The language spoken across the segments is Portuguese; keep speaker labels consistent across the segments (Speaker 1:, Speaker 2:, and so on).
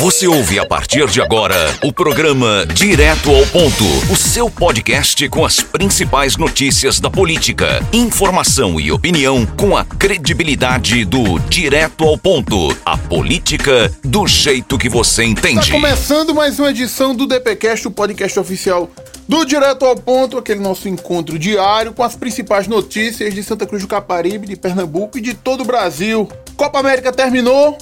Speaker 1: Você ouve a partir de agora o programa Direto ao Ponto, o seu podcast com as principais notícias da política, informação e opinião com a credibilidade do Direto ao Ponto, a política do jeito que você entende.
Speaker 2: Tá começando mais uma edição do DPcast, o podcast oficial do Direto ao Ponto, aquele nosso encontro diário com as principais notícias de Santa Cruz do Caparibe, de Pernambuco e de todo o Brasil. Copa América terminou,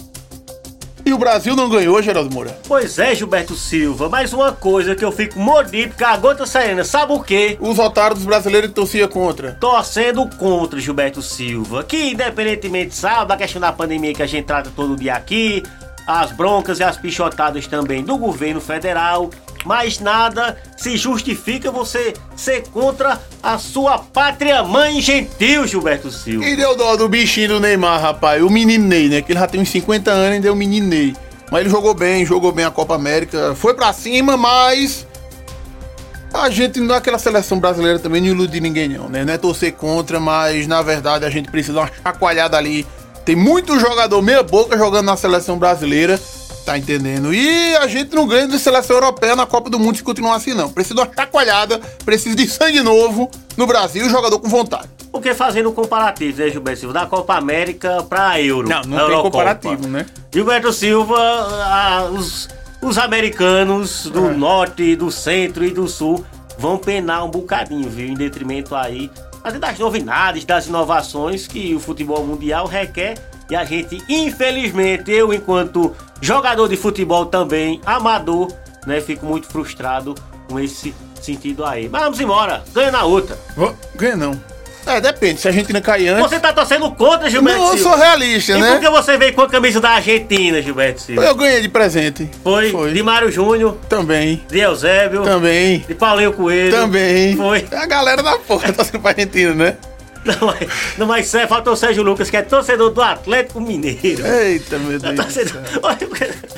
Speaker 2: e o Brasil não ganhou, Geraldo Moura.
Speaker 3: Pois é, Gilberto Silva, mas uma coisa que eu fico mordido porque a gota serena, sabe o quê?
Speaker 2: Os otários brasileiros torciam contra.
Speaker 3: Torcendo contra, Gilberto Silva, que independentemente, sabe, da questão da pandemia que a gente trata todo dia aqui, as broncas e as pichotadas também do governo federal, mas nada se justifica você ser contra a sua pátria mãe gentil, Gilberto Silva.
Speaker 2: E deu dó do bichinho do Neymar, rapaz, o menino Ney, né? Que ele já tem uns 50 anos e deu o menino Ney. Mas ele jogou bem, jogou bem a Copa América, foi pra cima, mas. A gente naquela seleção brasileira também não ilude ninguém, não, né? Não é torcer contra, mas na verdade a gente precisa dar uma chacoalhada ali. Tem muito jogador meia-boca jogando na seleção brasileira tá entendendo? E a gente não ganha de seleção europeia na Copa do Mundo se continuar assim, não. Precisa de uma taqualhada, precisa de sangue novo no Brasil e jogador com vontade.
Speaker 3: Porque fazendo um comparativo, né, Gilberto Silva? Da Copa América pra Euro.
Speaker 2: Não, não tem comparativo, né?
Speaker 3: Gilberto Silva, ah, os, os americanos do
Speaker 2: É.
Speaker 3: norte, do centro e do sul vão penar um bocadinho, viu? Em detrimento aí até das novidades, das inovações que o futebol mundial requer. E a gente, infelizmente, eu enquanto jogador de futebol também, amador, né? Fico muito frustrado com esse sentido aí. Mas vamos embora, ganha na outra.
Speaker 2: Vã- Ganha não. É, depende, se a gente não cair antes.
Speaker 3: Você tá torcendo contra, Gilberto
Speaker 2: Não, eu
Speaker 3: Silva?
Speaker 2: sou realista,
Speaker 3: E por
Speaker 2: né?
Speaker 3: que você veio com a camisa da Argentina, Gilberto Silva?
Speaker 2: Eu ganhei de presente.
Speaker 3: Foi, de Mário Júnior,
Speaker 2: Também.
Speaker 3: de Eusébio,
Speaker 2: Também.
Speaker 3: de Paulinho Coelho.
Speaker 2: Também.
Speaker 3: Foi.
Speaker 2: É A galera da porra tá sendo pra Argentina, né?
Speaker 3: Não, mas, não, mas é, faltou o Sérgio Lucas, que é torcedor do Atlético Mineiro.
Speaker 2: Eita, meu Deus. do
Speaker 3: Torcedor-
Speaker 2: céu.
Speaker 3: Olha,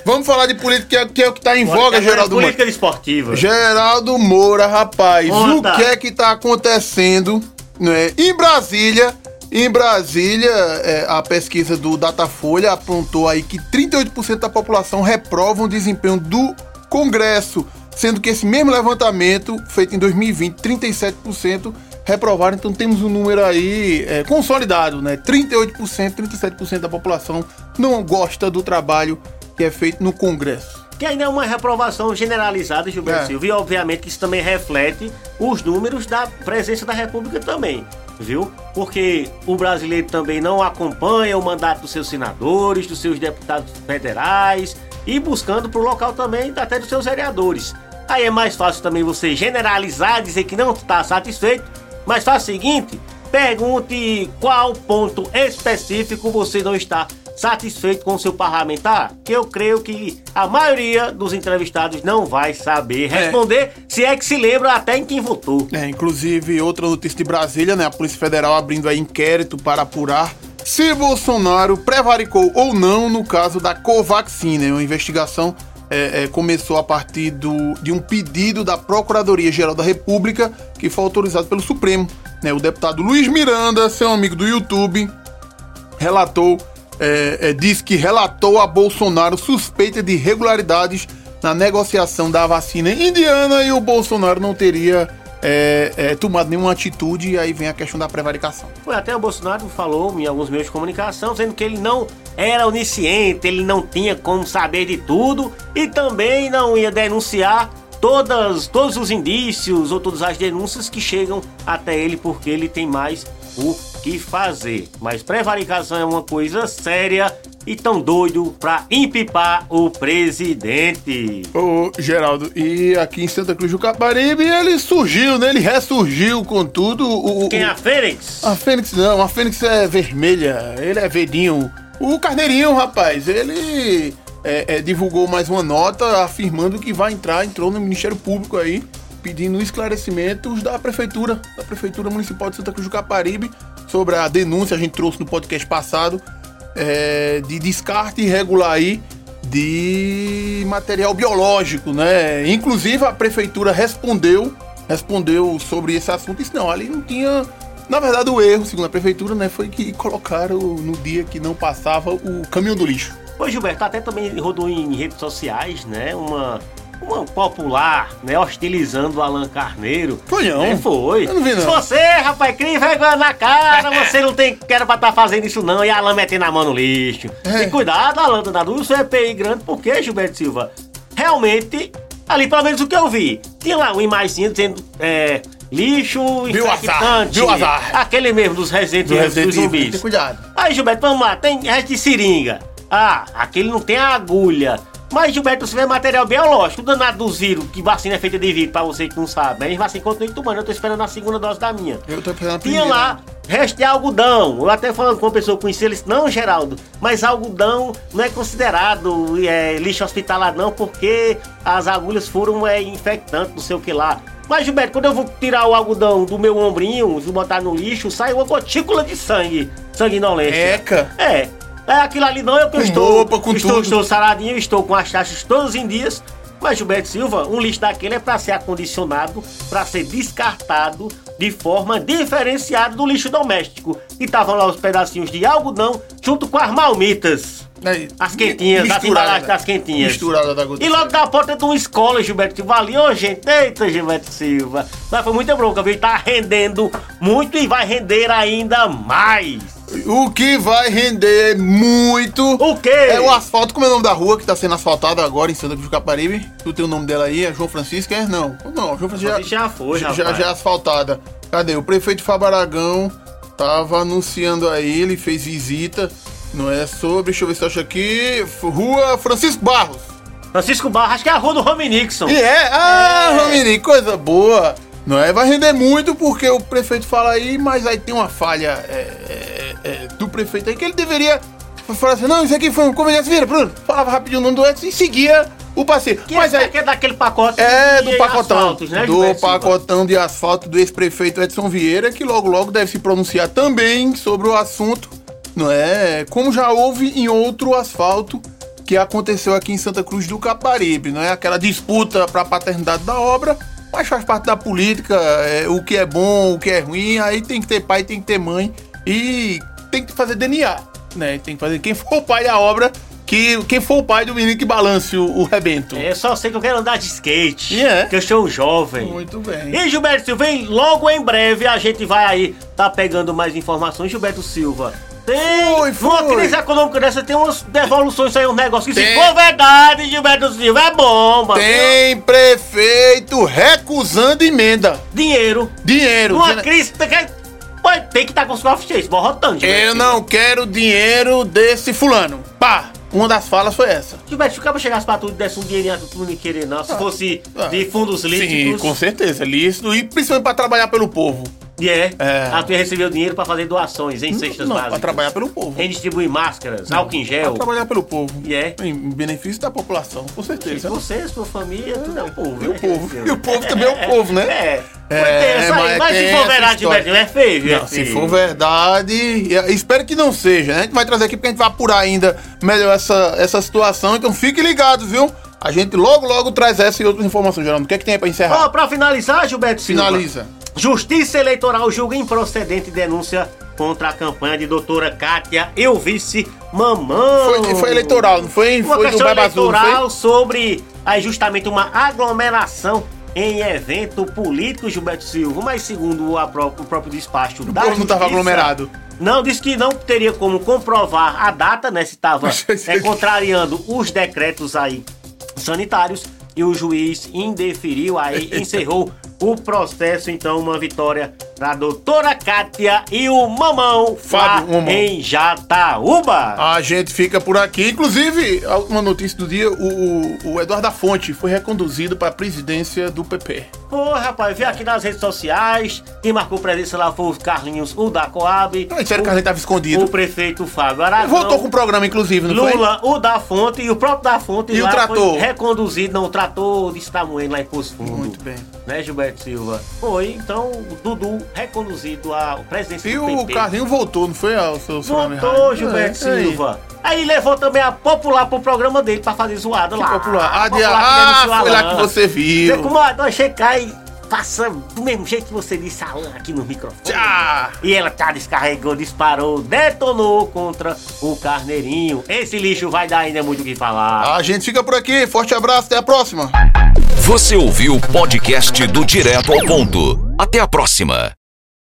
Speaker 2: Vamos falar de política, que é- que é o que tá em voga,
Speaker 3: olha,
Speaker 2: Geraldo Moura.
Speaker 3: Política esportiva.
Speaker 2: Geraldo Moura, rapaz,
Speaker 3: Conta.
Speaker 2: o que é que tá acontecendo né? em Brasília? Em Brasília, é, a pesquisa do Datafolha apontou aí que 38% da população reprovam o desempenho do Congresso, sendo que esse mesmo levantamento, feito em 2020, 37% reprovaram. Então temos um número aí é, consolidado, né? 38%, 37% da população não gosta do trabalho que é feito no Congresso.
Speaker 3: Que ainda é uma reprovação generalizada, Gilberto
Speaker 2: É.
Speaker 3: Silva. E obviamente que isso também reflete os números da presença da República também, viu? Porque o brasileiro também não acompanha o mandato dos seus senadores, dos seus deputados federais e buscando pro local também até dos seus vereadores. Aí é mais fácil também você generalizar, dizer que não está satisfeito, mas faz o seguinte: pergunte qual ponto específico você não está satisfeito com o seu parlamentar, que eu creio que a maioria dos entrevistados não vai saber responder, se é que se lembra até em quem votou.
Speaker 2: É, inclusive, outra notícia de Brasília, né? A Polícia Federal abrindo aí inquérito para apurar se Bolsonaro prevaricou ou não no caso da Covaxina. Uma investigação é, é, começou a partir do- de um pedido da Procuradoria-Geral da República, que foi autorizado pelo Supremo. Né? O deputado Luiz Miranda, seu amigo do YouTube, relatou, é, é, diz que relatou a Bolsonaro suspeita de irregularidades na negociação da vacina indiana e o Bolsonaro não teria é, é, tomado nenhuma atitude e aí vem a questão da prevaricação.
Speaker 3: Foi até o Bolsonaro falou em alguns meios de comunicação, dizendo que ele não era onisciente, ele não tinha como saber de tudo e também não ia denunciar todas, todos os indícios ou todas as denúncias que chegam até ele, porque ele tem mais o que fazer. Mas prevaricação é uma coisa séria e tão doido pra empipar o presidente.
Speaker 2: Ô, Geraldo, e aqui em Santa Cruz do Caparibe ele surgiu, né? Ele ressurgiu, contudo. O, o-
Speaker 3: Quem é a Fênix?
Speaker 2: A Fênix não, a Fênix é vermelha, ele é verdinho. O Carneirinho, rapaz, ele é, é, divulgou mais uma nota afirmando que vai entrar, entrou no Ministério Público aí, pedindo esclarecimentos da Prefeitura, da Prefeitura Municipal de Santa Cruz do Caparibe, sobre a denúncia, a gente trouxe no podcast passado, é, de descarte irregular aí de material biológico, né? Inclusive a prefeitura respondeu, respondeu sobre esse assunto. Isso não, ali não tinha. Na verdade, o erro, segundo a prefeitura, né, foi que colocaram no dia que não passava o caminhão do lixo.
Speaker 3: Ô Gilberto, até também rodou em redes sociais, né? Uma, uma popular, né? Hostilizando o Alan Carneiro.
Speaker 2: Foi não.
Speaker 3: É, foi.
Speaker 2: Eu não vi não.
Speaker 3: Você, rapaz, cria vergonha na cara. Você não tem que era pra estar fazendo isso não. E Alan metendo a mão no lixo.
Speaker 2: É.
Speaker 3: E cuidado, Alan Danado. Isso é EPI grande. Por quê, Gilberto Silva? Realmente, ali pelo menos o que eu vi. Tinha lá uma imagenzinha dizendo... É, Lixo
Speaker 2: Viu o azar,
Speaker 3: infectante.
Speaker 2: viu o azar.
Speaker 3: Aquele mesmo dos Resident
Speaker 2: Do
Speaker 3: Evil,
Speaker 2: Resident
Speaker 3: dos
Speaker 2: Evil,
Speaker 3: zumbis.
Speaker 2: tem que ter cuidado.
Speaker 3: Aí, Gilberto, vamos lá, tem resto de seringa. Ah, aquele não tem agulha. Mas, Gilberto, você vê material biológico, o danado dos vírus, que vacina é feita de vírus, pra você que não sabe. Aí, vacina continua tomando, eu tô esperando a segunda dose da minha.
Speaker 2: Eu tô pensando na
Speaker 3: Tinha
Speaker 2: primeira.
Speaker 3: lá, resto de algodão. Eu até falando com uma pessoa que conhecia, ele disse, não, Geraldo, mas algodão não é considerado é, lixo hospitalar não, porque as agulhas foram é, infectantes, não sei o que lá. Mas, Gilberto, quando eu vou tirar o algodão do meu ombrinho, vou botar no lixo, sai uma gotícula de sangue, sanguinolência.
Speaker 2: Eca.
Speaker 3: É. É aquilo ali não, é o que eu
Speaker 2: Com
Speaker 3: estou.
Speaker 2: roupa, com
Speaker 3: estou,
Speaker 2: tudo.
Speaker 3: estou saladinho, estou com as taxas todos em dias. Mas Gilberto Silva, um lixo daquele é para ser acondicionado, para ser descartado de forma diferenciada do lixo doméstico. E estavam lá os pedacinhos de algodão junto com as malmitas.
Speaker 2: Aí,
Speaker 3: As quentinhas, as
Speaker 2: né, misturada, né?
Speaker 3: embalagens das quentinhas.
Speaker 2: Misturada da gota.
Speaker 3: E tá- logo da porta de uma escola, Gilberto Silva. Ali, ô gente, eita, Gilberto Silva. Mas foi muita bronca, viu? Tá rendendo muito e vai render ainda mais.
Speaker 2: O que vai render muito.
Speaker 3: O quê?
Speaker 2: É o asfalto, como é o nome da rua que tá sendo asfaltada agora em Santa Cruz do Caparibe? Tu tem o nome dela aí? É João Francisco? É? Não. Não, João Francisco já,
Speaker 3: Já foi,
Speaker 2: já,
Speaker 3: rapaz.
Speaker 2: já, é asfaltada. Cadê? O prefeito Fábio Aragão tava anunciando aí, ele fez visita, não é sobre, deixa eu ver se eu acho aqui, Rua Francisco Barros.
Speaker 3: Francisco Barra, acho que é a rua do Homem Nixon.
Speaker 2: E é? Ah, Romini, coisa boa. Não é? Vai render muito porque o prefeito fala aí, mas aí tem uma falha é, é, é, do prefeito aí que ele deveria falar assim: não, isso aqui foi um conveniente, vira, Bruno. Falava rapidinho o nome do Edson e seguia o passeio.
Speaker 3: Que
Speaker 2: mas
Speaker 3: é,
Speaker 2: aí.
Speaker 3: que é daquele pacote
Speaker 2: É,
Speaker 3: de
Speaker 2: do pacotão.
Speaker 3: asfaltos, né,
Speaker 2: do
Speaker 3: Gilberto Silva?
Speaker 2: pacotão de asfalto do ex-prefeito Edson Vieira, que logo logo deve se pronunciar também sobre o assunto, não é? Como já houve em outro asfalto que aconteceu aqui em Santa Cruz do Caparibe, não é? Aquela disputa para a paternidade da obra, mas faz parte da política, é, o que é bom, o que é ruim, aí tem que ter pai, tem que ter mãe e tem que fazer DNA, né? Tem que fazer quem for o pai da obra, que quem for o pai do menino que balance o, o rebento.
Speaker 3: É, Eu só sei que eu quero andar de skate.
Speaker 2: E é.
Speaker 3: Que eu sou um jovem.
Speaker 2: Muito bem.
Speaker 3: E Gilberto Silva, hein? logo em breve a gente vai aí tá pegando mais informações. Gilberto Silva. Tem
Speaker 2: Foi, foi.
Speaker 3: uma crise econômica dessa, tem umas devoluções aí, um negócio que se
Speaker 2: Tem.
Speaker 3: for verdade, Gilberto Silva, é bomba.
Speaker 2: Tem prefeito recusando emenda.
Speaker 3: Dinheiro.
Speaker 2: Dinheiro.
Speaker 3: Uma
Speaker 2: Dizendo,
Speaker 3: crise. Tem que tem que estar com os cofres cheios, borrotando. Gilberto
Speaker 2: Eu
Speaker 3: Silva.
Speaker 2: não quero dinheiro desse fulano. Pá! Uma das falas foi essa.
Speaker 3: Gilberto, se Tipo, é o cabo chegasse pra tu e desse um dinheirinho, tu não ia querer, não. Se fosse
Speaker 2: ah,
Speaker 3: de fundos lícitos.
Speaker 2: certeza. Lícito e principalmente pra trabalhar pelo povo.
Speaker 3: E é.
Speaker 2: É.
Speaker 3: Ah, tu ia receber o dinheiro pra fazer doações em cestas
Speaker 2: não,
Speaker 3: básicas.
Speaker 2: pra trabalhar pelo povo.
Speaker 3: Em distribuir máscaras, álcool em
Speaker 2: Pra
Speaker 3: gel.
Speaker 2: trabalhar pelo povo.
Speaker 3: E é.
Speaker 2: Em benefício da população, com
Speaker 3: E
Speaker 2: certeza.
Speaker 3: você, sua família, tudo é o povo.
Speaker 2: né? E o
Speaker 3: né,
Speaker 2: povo.
Speaker 3: Gilberto?
Speaker 2: E o povo também é o povo, né?
Speaker 3: É.
Speaker 2: É,
Speaker 3: Foi tenso
Speaker 2: mas
Speaker 3: aí, mas
Speaker 2: tem
Speaker 3: se for
Speaker 2: essa
Speaker 3: verdade,
Speaker 2: história.
Speaker 3: Gilberto, é feio, viu?
Speaker 2: Não, se for verdade, e- espero que não seja, né? A gente vai trazer aqui porque a gente vai apurar ainda melhor essa, essa situação, então fique ligado, viu? A gente logo, logo traz essa e outras informações, Geraldo. O que é que tem aí pra encerrar?
Speaker 3: Ó, pra finalizar, Gilberto Silva.
Speaker 2: Finaliza.
Speaker 3: Justiça Eleitoral julga improcedente denúncia contra a campanha de doutora Kátia Elvice Mamão.
Speaker 2: Foi, foi eleitoral, não foi?
Speaker 3: Uma
Speaker 2: foi
Speaker 3: questão
Speaker 2: Barba Azul, não foi?
Speaker 3: eleitoral sobre aí justamente uma aglomeração em evento político, Gilberto Silva. Mas segundo a pró- o próprio despacho da
Speaker 2: povo não tava
Speaker 3: Justiça,
Speaker 2: aglomerado.
Speaker 3: Não, disse que não teria como comprovar a data, né? Se estava contrariando os decretos aí sanitários. E o juiz indeferiu, aí encerrou o processo. Então, uma vitória para doutora Kátia e o Mamão
Speaker 2: Fábio
Speaker 3: lá
Speaker 2: Mamão.
Speaker 3: em Jataúba.
Speaker 2: A gente fica por aqui. Inclusive, a última notícia do dia, o, o, o Eduardo da Fonte foi reconduzido para a presidência do PP.
Speaker 3: Pô, rapaz, vi aqui nas redes sociais. Quem marcou presença lá foi o Carlinhos, o da Coab.
Speaker 2: Não, disseram Então, que a gente tava escondido.
Speaker 3: O prefeito Fábio Aragão.
Speaker 2: Voltou com o programa, inclusive, não foi?
Speaker 3: Lula, o da Fonte e o próprio da Fonte
Speaker 2: E o
Speaker 3: lá
Speaker 2: trator?
Speaker 3: foi reconduzido, não, o trator de Estamoendo lá em Poço Fundo.
Speaker 2: Muito bem.
Speaker 3: Né, Gilberto Silva? Foi, então, o Dudu reconduzido à presença
Speaker 2: E
Speaker 3: do
Speaker 2: o
Speaker 3: PP.
Speaker 2: Carlinho voltou, não foi? ao seu É,
Speaker 3: Voltou, Gilberto Silva. Aí levou também a popular pro programa dele pra fazer zoada lá.
Speaker 2: popular. Ah, de,
Speaker 3: Popular que
Speaker 2: ah
Speaker 3: denunciou
Speaker 2: foi lá
Speaker 3: Alan.
Speaker 2: que você
Speaker 3: Você
Speaker 2: viu.
Speaker 3: como eu achei cai faça do mesmo jeito que você disse Alan aqui no microfone.
Speaker 2: Tchá!
Speaker 3: E ela tá descarregou, disparou, detonou contra o carneirinho. Esse lixo vai dar ainda muito o que falar.
Speaker 2: A gente fica por aqui. Forte abraço, até a próxima.
Speaker 1: Você ouviu o podcast do Direto ao Ponto. Até a próxima.